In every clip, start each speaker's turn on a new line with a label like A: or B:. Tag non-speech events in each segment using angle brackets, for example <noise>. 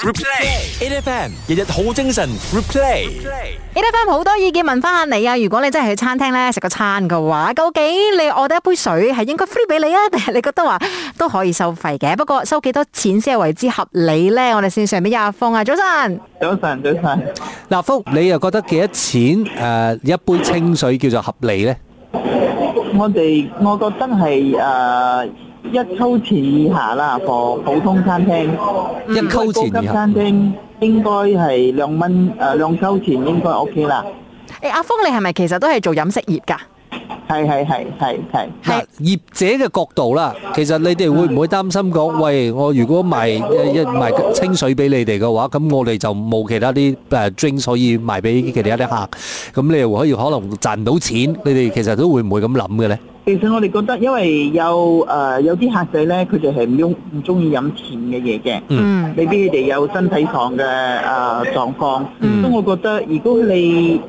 A: Replay，A F M 日日好精神。Replay，
B: A F M 好多意見問翻下你啊！如果你真係去餐廳咧食個餐嘅話，究竟你 order 一杯水係應該 free 俾你啊，定 <laughs> 係你覺得話都可以收費嘅？不過收幾多錢先係為之合理咧？我哋線上邊有阿峰啊，早晨。
C: 早晨，早晨，
D: 嗱，福，你又覺得幾多錢誒、呃一杯清水叫做合理呢？
C: 我哋我覺得係誒、呃一抽錢以下啦，個普通餐廳，
D: 一溝
C: 高
D: 錢
C: 級
D: 以下
C: 餐，廳應該係兩蚊誒兩抽錢應該 OK 啦，
B: 誒，阿峰，你係咪其實都係做飲食業㗎？
C: 係係係係係。
D: 嗱，業者嘅角度啦，其實你哋會唔會擔心講，喂，我如果賣一一賣清水俾你哋嘅話，咁我哋就冇其他啲誒 drink 可以賣俾其他啲客，咁你又可以可能賺到錢，你哋其實都會唔會咁諗嘅呢？
C: 其實我哋覺得，因為有誒、呃有啲客仔咧，佢哋係唔中唔中意飲甜嘅嘢嘅，
B: 嗯
C: 未必佢哋有身體上嘅誒狀況。
B: 嗯
C: 咁我覺得，如果你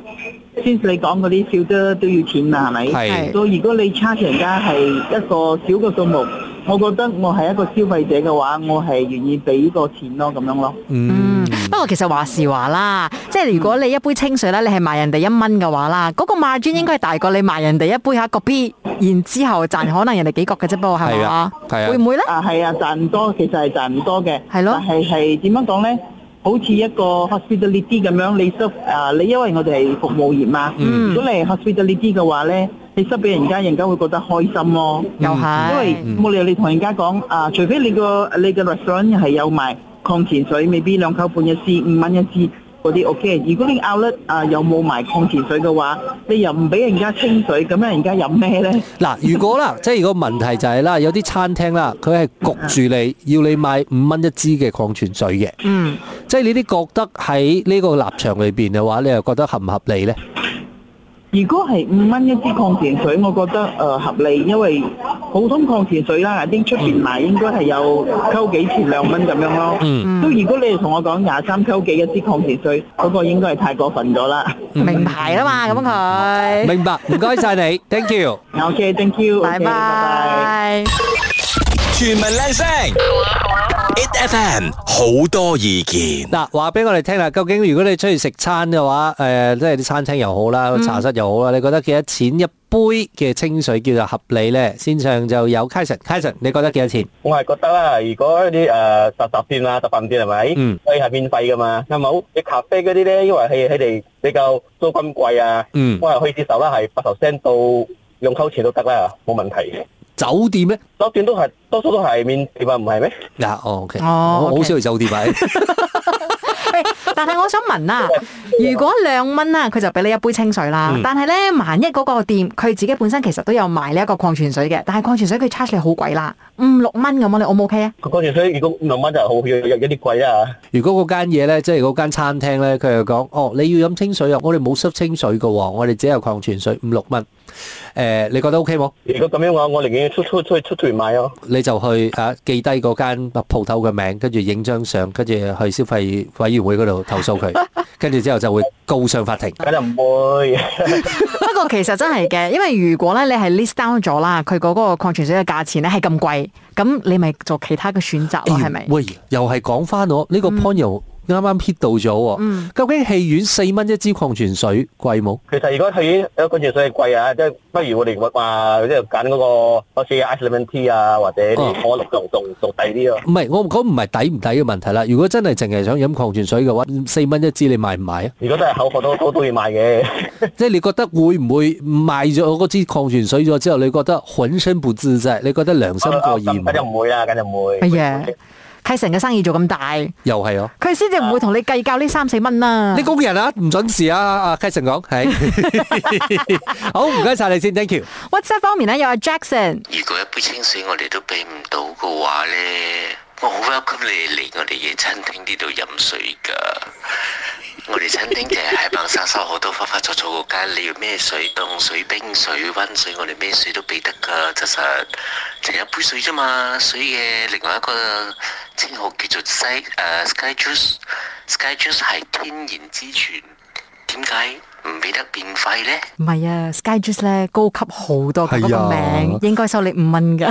C: 先你講嗰啲少得都要錢啦，係咪？
D: 係
B: 係
C: 所以如果你 charge 人家係一個小嘅數目，我覺得我係一個消費者嘅話，我係願意俾個錢咯，咁樣咯。
D: 嗯
B: 嗯，，不過其實話時話啦，即係如果你一杯清水咧，你係賣人哋一蚊嘅話啦，嗰、個 margin
D: 嗯
B: 應該係大過你賣人哋一杯下個 B，然之後賺可能人哋幾角嘅啫噃，係
D: 係
B: 嘛
D: 啊？係啊
B: 會唔會咧？
C: 啊，係啊，賺唔多，其實係賺唔多嘅。
B: 係咯
C: 但係係點樣講咧？好似一個 hospitality 咁樣，你收啊，你因為我哋係服務業嘛。
B: 嗯
C: 如果你係 hospitality 嘅話咧，你收俾人家，人家會覺得開心咯。
B: 又係，
C: 因
D: 嗯
C: 為冇理由你同人家講啊，除非你個你嘅 restaurant 係有賣礦泉水，未必兩溝半一支，五蚊一支嗰啲 OK。如果你 outlet 啊有冇賣礦泉水嘅話，你又唔俾人家清水，咁樣人家飲咩咧？
D: 嗱，如果 <laughs> 啦，即係如果問題就係啦，有啲餐廳啦，佢係焗住你要你買五蚊一支嘅礦泉水嘅。
B: 嗯。
D: 即係你啲覺得喺呢個立場裏邊嘅話，你又覺得合唔合理呢？
C: 如果係五蚊一支礦泉水，我覺得誒、呃合理，因為普通礦泉水啦，啲出邊賣應該係有溝幾錢兩蚊咁樣咯。
D: 嗯
C: 都如果你哋同我講廿三溝幾一支礦泉水，嗰、個應該係太過分咗啦。
B: 名牌啦嘛，咁佢。
D: 明白，唔該晒 <laughs> 你，thank you。
C: OK，thank you，
B: 拜
C: OK，拜拜。
B: 拜。
A: 全民靚聲，A F M 好多意見。
D: 嗱，話俾我哋聽啦，究竟如果你出去食餐嘅話，誒、即係啲餐廳又好啦，茶室又好啦，你覺得幾多錢一杯嘅清水叫做合理呢？線上就有 Kason，Kason，你覺得幾多錢？
E: 我係覺得啦，如果啲誒實習店啊、實飯店係咪？
D: 嗯，
E: 佢係免費噶嘛，係冇？你咖啡嗰啲咧，因為係佢哋比較租金貴啊，
D: 嗯
E: 我係可以接受啦，係八十 cent 到用溝錢都得啦，冇問題嘅。
D: 酒店呢？
E: 酒店都係多數都係免費嘛，唔係咩？
D: 嗱、哦，OK，
B: 哦
D: 我我
B: OK
D: 好少去酒店啊買。
B: 喂但係我想問啊，如果兩蚊啦，佢就俾你一杯清水啦。但係咧，萬一嗰個店佢自己本身其實都有賣呢一個礦泉水嘅，但係礦泉水佢 charge 你好貴啦，五六蚊咁啊，你 O 唔 OK 啊？
E: 佢嗰陣時如果五六蚊就好有有有啲貴啦。
D: 如果嗰間嘢呢，即係嗰間餐廳呢，佢又講哦，你要飲清水啊，我哋冇 serve 清水嘅喎，我哋只有礦泉水五六蚊。誒、你覺得 OK 冇？
B: <laughs>
E: 如果咁樣嘅話，我寧願出出出出出去買咯。
D: 你就去啊記低嗰間鋪頭嘅名，跟住影張相，跟住去消費委員會嗰度投訴佢，跟住之後就會告上法庭。
E: 梗係唔會，
B: 不過其實真係嘅，因為如果咧你係 list down 咗啦，佢嗰個礦泉水嘅價錢咧係咁貴，咁你咪做其他嘅選擇咯，係咪
D: 哎？喂，又係講翻我呢個 point 又啱啱 hit 到咗喎。
B: 嗯
D: 究竟戲院四蚊一支礦泉水貴冇？
E: 其實如果佢有嗰陣水係貴啊，即係不如我哋話即係揀嗰個好似 Ice Lemon Tea 啊，或者啲可樂仲仲仲抵啲咯。
D: 唔係，我講唔係抵唔抵嘅問題啦。如果真係淨係想飲礦泉水嘅話，四蚊一支你買唔買啊？
E: 如果都係口渴都都都要買
D: <laughs>
E: 嘅，
D: 即係你覺得會唔會賣咗嗰支礦泉水咗之後，你覺得渾身不自在？你覺得良心過意唔
E: 咁？就唔會啦，咁就唔會。
B: 哎呀，契成嘅生意做咁大，
D: 又係哦。
B: 佢先至唔會同你計較呢三四蚊啦。
D: 你工人啊，唔準時啊！阿 Kason 講係，好唔該晒你先，thank you。
B: WhatsApp 方面咧，有阿 Jackson。
F: 如果一杯清水我哋都俾唔到嘅話咧，我好 welcome 你哋嚟我哋嘅餐廳呢度飲水㗎。我哋餐廳就係喺棒沙沙好多花花草草嗰間，你要咩水，凍水、冰水、温水，我哋咩水都俾得㗎。其實淨係一杯水啫嘛，水嘅另外一個稱號叫做 Sky 誒 Sky Juice。Sky Juice 係天然之泉，點解唔俾得免費呢？
B: 唔係啊，Sky Juice 咧高級好多，佢嗰
D: 係
B: 個
D: 啊
B: 名應該收你五蚊噶。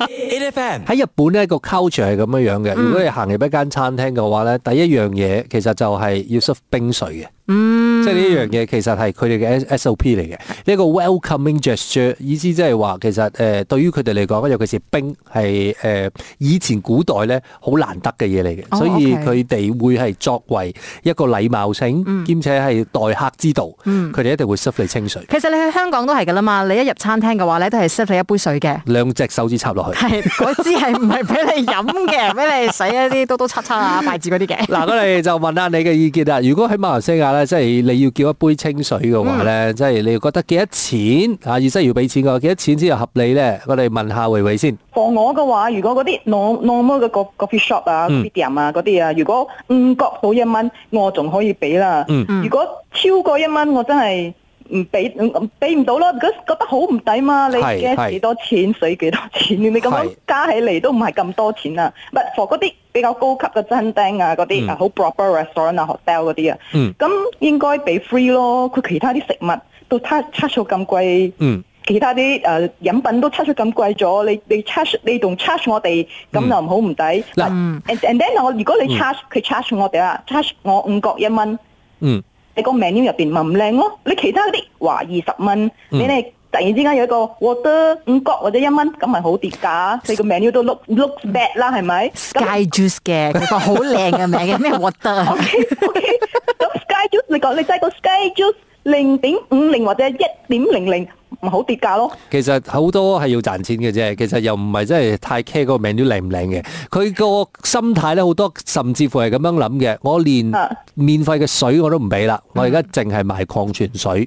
A: ，A F M
D: 喺日本呢個 culture 係咁樣樣嘅。
B: 嗯
D: 如果你行入一間餐廳嘅話咧，第一樣嘢其實就係要 serve 冰水嘅。嗯，即係呢一樣嘢其實係佢哋嘅 S O P 嚟嘅。呢一個 welcoming gesture 意思即係話其實誒、呃、對於佢哋嚟講，尤其是冰係誒、呃以前古代咧好難得嘅嘢嚟嘅，
B: 哦
D: 所以
B: OK 嗯
D: 佢哋會係作為一個禮貌性，兼且係待客之道，佢哋一定會 serve 你清水，
B: <laughs> 其實你去香港都係噶啦嘛，你一入餐廳嘅話咧，都係 serve 你一杯水嘅。
D: 兩隻手指插落去。
B: 係嗰支係唔係俾你飲嘅，俾你洗一啲刀刀叉叉啊、筷子嗰啲嘅。
D: 嗱，我哋就問下你嘅意見啦。如果喺馬來西亞咧，即係你要叫一杯清水嘅話咧，即係你覺得幾多錢啊？要真係要俾錢嘅話，幾多錢先係合理咧？我哋問下維維先。
C: 放我嘅話，如果嗰啲 norm- normal 嘅 co- coffee shop 啊、
D: 嗯
C: coffee 店啊嗰啲啊，如果五角好一蚊，我仲可以俾啦。
D: 嗯
C: 如果超過一蚊，我真係唔俾，唔俾唔到啦。覺覺得好唔抵嘛？你
D: 係
C: gas
D: 係
C: 幾多錢，水幾多錢，你咁
D: 係
C: 樣加起嚟都唔係咁多錢啊。不 for 嗰啲比較高級嘅餐廳啊，嗰啲
D: 嗯
C: 啊好 proper restaurant 啊、hotel 嗰啲啊，
D: 嗯
C: 咁應該俾 free 咯。佢其他啲食物到 charge charge 到咁貴。
D: 嗯，
C: 其他啲誒、呃、飲品都 charge 咁貴咗，你你 charge 你仲 charge 我哋，咁
D: 嗯
C: 就唔好唔抵。
D: 嗱
C: and and then 我如果你 charge 佢 charge 我哋啦，charge 我五角一蚊，
D: 嗯，
C: 你個 menu 入邊咪唔靚咯？你其他嗰啲話二十蚊，
D: 嗯
C: 你哋突然之間有一個 water 五角或者一蚊，咁咪好跌價，你個 menu 都 look look bad 啦，係咪？咁
B: Sky Juice 嘅，佢個好靚嘅名嘅，咩獲得
C: <laughs>
B: 啊？
C: OK，咁 Sky Juice 你講你擠個 Sky Juice 零點五零或者一點零零，唔好跌價咯。
D: 其實好多係要賺錢嘅啫，其實又唔係真係太 care 個名都靚唔靚嘅。佢個心態咧好多，甚至乎係咁樣諗嘅。我連
C: 啊
D: 免費嘅水我都唔俾啦，我而家淨係賣礦泉水，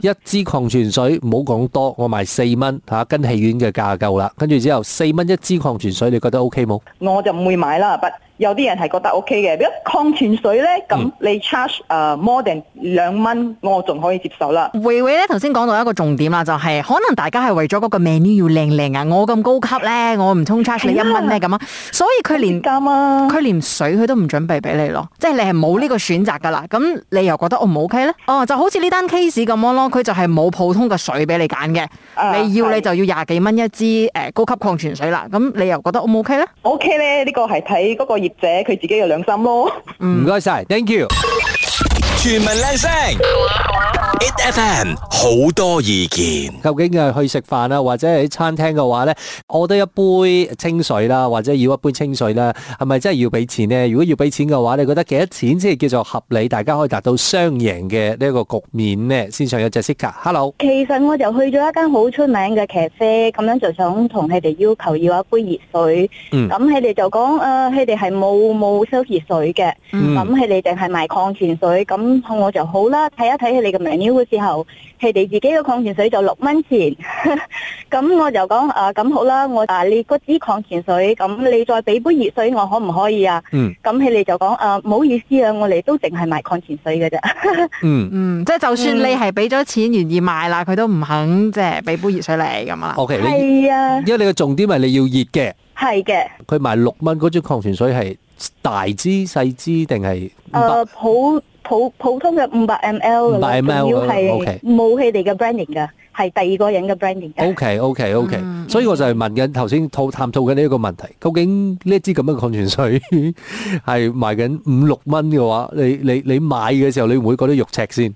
D: 一支礦泉水唔好講多，我賣四蚊嚇，跟戲院嘅價夠啦。跟住之後四蚊一支礦泉水，你覺得 OK 冇？
C: 我就唔會買啦。不有啲人係覺得 O K 嘅，如果礦泉水咧，咁你 charge 誒、more than 兩蚊，我仲可以接受啦。
B: 慧慧咧頭先講到一個重點啦，就係、可能大家係為咗嗰個 menu 要靚靚啊，我咁高級咧，我唔通 charge 你一蚊咩咁啊？所以佢連
C: 加嘛，
B: 佢連水佢都唔準備俾你咯，即係你係冇呢個選擇噶啦。咁你又覺得 O 唔 OK 咧？哦，就好似呢單 case 咁樣咯，佢就係冇普通嘅水俾你揀嘅，
C: 啊
B: 你要
C: 係
B: 你就要廿幾蚊一支誒、呃高級礦泉水啦。咁你又覺得 O 唔 OK 咧？
C: O K 咧，呢、個係睇嗰個業者佢自己嘅良心咯。
D: 唔該晒 t h a n k you。
A: 全民靚聲，It F M 好多意見
D: 究竟係去食飯啦，或者係喺餐廳嘅話咧，我得一杯清水啦，或者要一杯清水啦，係咪真係要俾錢呢？如果要俾錢嘅話，你覺得幾多錢先係叫做合理？大家可以達到雙贏嘅呢一個局面呢？線上有 Jessica，Hello，
G: 其實我就去咗一間好出名嘅咖啡，咁樣就想同佢哋要求要一杯熱水。
D: 嗯
G: 咁佢哋就講誒，呃佢哋係冇冇 sell 熱水嘅，
D: 嗯
G: 咁佢哋淨係賣礦泉水。咁我就好啦，睇一睇佢哋嘅 menu 嘅時候，佢哋自己嘅礦泉水就六蚊錢。 <laughs> 咁我就講誒，呃咁、好啦，我啊你嗰支礦泉水，咁你再俾杯熱水我可唔可以啊？
D: <laughs> 嗯
G: 咁佢哋就講誒，呃唔、好意思啊，我哋都淨係賣礦泉水嘅啫。
D: 嗯。
B: 嗯，即係就算你係俾咗錢願意買啦，佢都唔肯即係俾杯熱水你咁啊。
D: 嗯 O.K. 你
G: 係啊，
D: 因為你嘅重點係你要熱嘅，
G: 係嘅。
D: 佢賣六蚊嗰樽礦泉水係大支、細支定係五
G: 誒、
C: 呃
D: 百？
G: 普普普通嘅五百 ml 嘅啦，
D: 500 ml
G: 仲要
D: ，OK
G: 係冇佢哋嘅 branding 嘅，係第二個人嘅 branding 嘅。
D: O K O K O K，
B: 嗯
D: 所以我就係問緊頭先討探討緊呢一個問題，究竟呢一支咁嘅礦泉水 <laughs> 係賣緊五六蚊嘅話，你你你買嘅時候，你會唔會覺得肉赤先？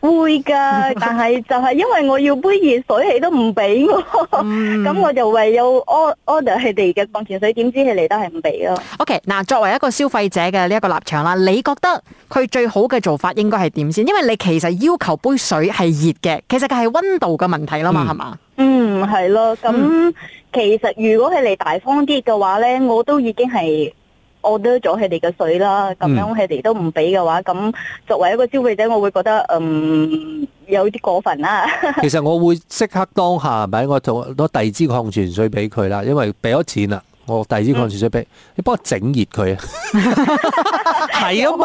G: 會㗎，但係就係因為我要杯熱水，佢都唔俾我，咁、我就唯有 order order 佢哋嘅礦泉水，點知佢哋都係唔俾咯。
B: OK，嗱，作為一個消費者嘅呢一個立場啦，你覺得佢最好嘅做法應該係點先？因為你其實要求杯水係熱嘅，其實佢係温度嘅問題啦嘛，
D: 嗯
B: 係嘛、
G: 嗯，係咯，咁、其實如果佢哋大方啲嘅話咧，我都已經係 order 咗佢哋嘅水啦。咁樣佢哋都唔俾嘅話，咁作為一個消費者，我會覺得嗯有啲過分啊啦。
D: 其實我會即刻當下係咪？我同攞第二支礦泉水俾佢啦，因為俾咗錢啦，我第二支礦泉水俾你你，幫我整熱佢啊！係啊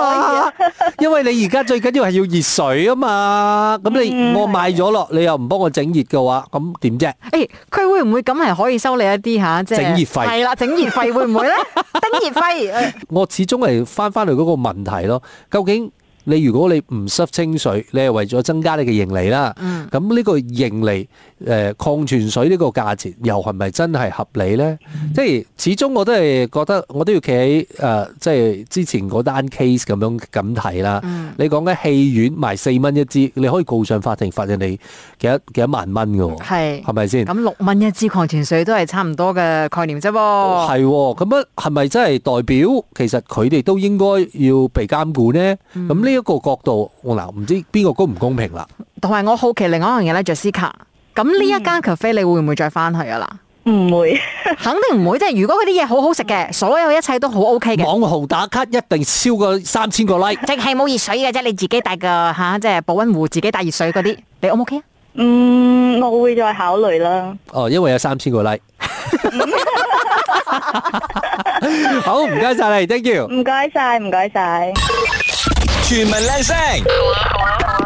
D: 嘛，因為你而家最緊要係要熱水啊嘛。咁你
G: 嗯
D: 我買咗落，你又唔幫我整熱嘅話，咁點啫？
B: 誒，哎佢、會唔會咁係可以收你一啲吓？即係
D: 整熱費
B: 係啦，整
D: <laughs>
B: 熱費會唔會咧？叮熱費，誒呃
D: 我始終係翻翻嚟嗰個問題咯，究竟你如果你唔濕清水，你係為咗增加你嘅盈利啦。
B: 嗯
D: 咁呢、個盈利誒、呃、礦泉水呢個價錢又係咪真係合理呢？
B: 嗯
D: 即係始終我都係覺得我都要企喺誒即係之前嗰單 case 咁樣咁睇啦。
B: 嗯
D: 你講緊戲院賣四蚊一支，你可以告上法庭罰人哋幾多幾多萬蚊嘅喎，
B: 係
D: 係咪先？
B: 咁六蚊一支礦泉水都係差唔多嘅概念啫噃。
D: 係喎，咁啊係咪真係代表其實佢哋都應該要被監管呢？咁呢一個角度，我嗱唔知邊個公唔公平啦。
B: 同埋我好奇另外一樣嘢咧，Jessica。咁呢一
D: 嗯
B: 間 cafe 你會唔會再翻去啊啦？
G: 唔會。
B: 肯定唔會，即係如果佢啲嘢好好食
D: 嗯
B: 嘅，所有一切都好 OK 嘅，
D: 網紅打卡一定超過三千個
B: <laughs>
D: like。
B: 即係冇熱水嘅啫，你自己帶個吓，即係保温壺自己帶熱水嗰啲，你 O 唔 OK 啊？
D: <laughs>
G: 嗯，我會再考慮啦。
D: 哦，因為有三千個 like。好，唔該晒你，thank you。
G: 唔該晒，唔該晒。
A: 全民靚聲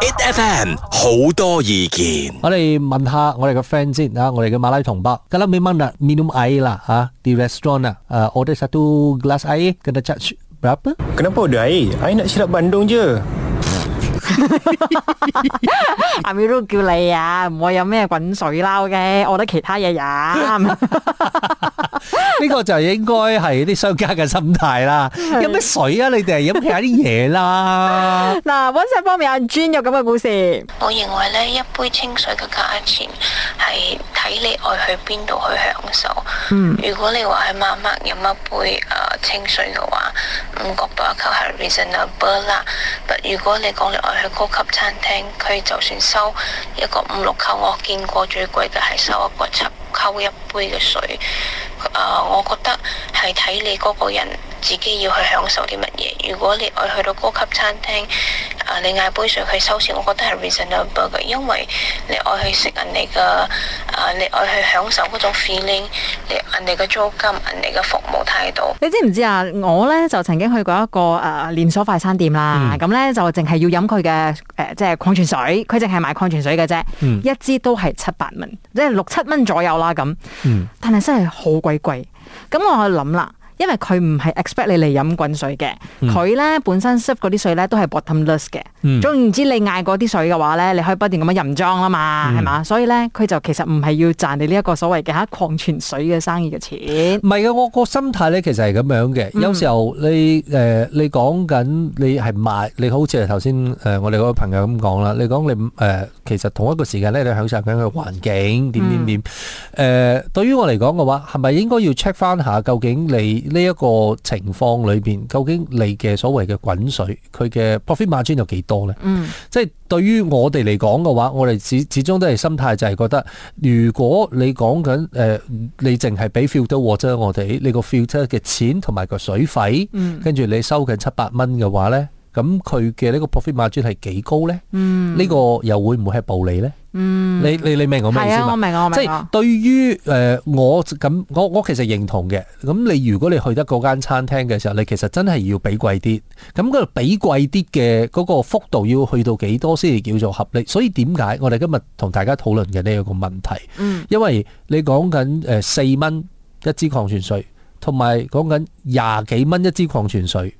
A: ，it FM 好多意見。
D: 我哋問下我哋嘅 friend 先啊，我哋嘅馬拉同胞kalau memang nak minum air lah ha, di restoran lah, uh, order satu gelas air kena charge berapa?
H: Kenapa ada air? Air nak silap Bandung je.
B: 阿 m i r 叫你啊，唔好飲咩滾水啦，OK，我覺得其他嘢飲。
D: 呢個就應該係啲商家嘅心態啦。飲乜水啊？你哋係飲其他啲嘢啦。
B: <laughs> 嗱，WhatsApp 方面阿 Jun 有咁嘅故事，
I: 我認為呢一杯清水嘅價錢係睇你愛去邊度去享受。如果你話係慢慢飲一杯誒、呃清水嘅話，五個八級係 reasonable 啦。但如果你講你愛去高級餐廳，佢就算收一個五六級，我見過最貴嘅係收一個七級一杯嘅水。誒、呃我覺得係睇你嗰個人自己要去享受啲乜嘢。如果你愛去到高級餐廳，啊，你嗌杯水佢收錢，我覺得係 reasonable 嘅，因為你愛去食人哋嘅，啊，你愛去享受嗰種 feeling，你人哋嘅租金，人哋嘅服務態度。
B: 你知唔知啊？我咧就曾經去過一個誒、呃、連鎖快餐店
D: 嗯
B: 啦，咁咧、就淨係要飲佢嘅誒即係礦泉水，佢淨係賣礦泉水嘅啫，
D: 嗯
B: 一支都係七八蚊，即係六七蚊左右啦咁。
D: 嗯
B: 但係真係好鬼貴。咁我諗啦。因為佢唔係 expect 你嚟飲滾水嘅，
D: 嗯
B: 佢咧、本身 serve 嗰啲水咧都係 bottomless 嘅。總言之，你嗌嗰啲水嘅話咧，你可以不斷咁樣任裝啦嘛，
D: 嗯
B: 係嘛、所以咧，佢就其實唔係要賺你呢一個所謂嘅嚇礦泉水嘅生意嘅錢。
D: 唔係嘅，我個心態咧其實係咁樣嘅。有時候你誒、呃你講緊你係賣，你好似係頭先誒我哋嗰個朋友咁講啦。你講你誒、呃其實同一個時間咧，你享受緊佢環境點點點。誒、對於我嚟講嘅話，係咪應該要 check 翻下究竟你呢一個情況裏邊，究竟你嘅所謂嘅滾水，佢嘅 profit margin 有幾多咧？
B: 嗯。
D: 即係對於我哋嚟講嘅話，我哋始始終都係心態就係覺得，如果你講緊誒，你淨係俾 filter water 我哋，你個 filter 嘅錢同埋個水費，
B: 嗯
D: 跟住你收緊七百蚊嘅話咧，咁佢嘅呢個 profit margin 係幾高咧？
B: 嗯
D: 呢個又會唔會係暴利咧？
B: 嗯，
D: 你你你明我咩意
B: 係
D: 思
B: 啊，
D: 嘛
B: 我？明啊，我
D: 即
B: 明
D: 係
B: 啊。
D: 對於誒、呃我咁，我我其實認同嘅。咁你如果你去得嗰間餐廳嘅時候，你其實真係要俾貴啲。咁嗰度俾貴啲嘅嗰個幅度要去到幾多先至叫做合理？所以點解我哋今日同大家討論嘅呢一個問題？
B: 嗯
D: 因為你講緊誒四蚊一支礦泉水，同埋講緊廿幾蚊一支礦泉水。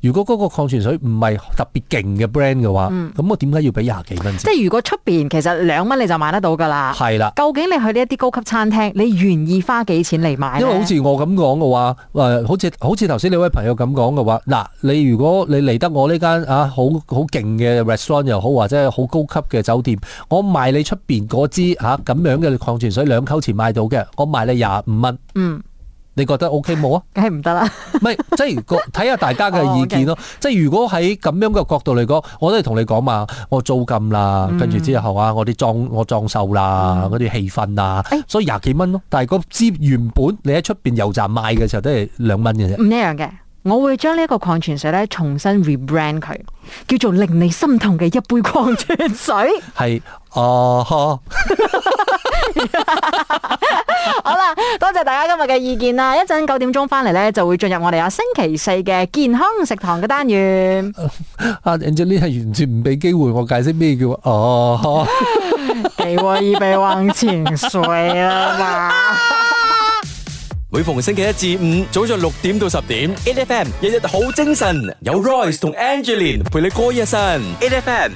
D: 如果嗰個礦泉水唔係特別勁嘅 brand 嘅話，咁、我點解要俾廿幾蚊
B: 嗯即
D: 先？
B: 係如果出邊其實兩蚊你就買得到㗎啦。
D: 係啦。
B: 究竟你去呢一啲高級餐廳，你願意花幾錢嚟買呢
D: 因為好似我咁講嘅話，誒、好似好似頭先你位朋友咁講嘅話，嗱，你如果你嚟得我呢間啊好好勁嘅 restaurant 又好，或者係好高級嘅酒店，我賣你出邊嗰支嚇咁樣嘅礦泉水兩溝錢買到嘅，我賣你廿五蚊，
B: 嗯，
D: 你覺得 OK 冇啊？
B: 梗係唔得啦。 <laughs>
D: 唔係，即係個睇下大家嘅意見咯。即係如果喺咁樣嘅角度嚟講，我都係同你講嘛，我租金啦，跟住之後啊，我啲裝我裝修啦，嗰啲氣氛啊
B: 哎，
D: 所以廿幾蚊咯。但係個支原本你喺出邊油站賣嘅時候都係兩蚊嘅啫。
B: 唔一樣嘅。我會將呢一個礦泉水咧重新 rebrand 佢，叫做令你心痛嘅一杯礦泉
D: <laughs>
B: 水。
D: 係啊哈，
B: 好啦，多謝大家今日嘅意見啦！一陣九點鐘翻嚟咧，就會進入我哋啊星期四嘅健康食堂嘅
D: <laughs>
B: 單元。
D: 阿 Angelina 係完全唔俾機會我解釋咩叫啊哈。
B: 給我一杯忘情水啦嘛！
A: 每逢星期一至五早上六點到十點，A F M 日日好精神，有 Royce 同 Angeline 陪你過一晨，A F M。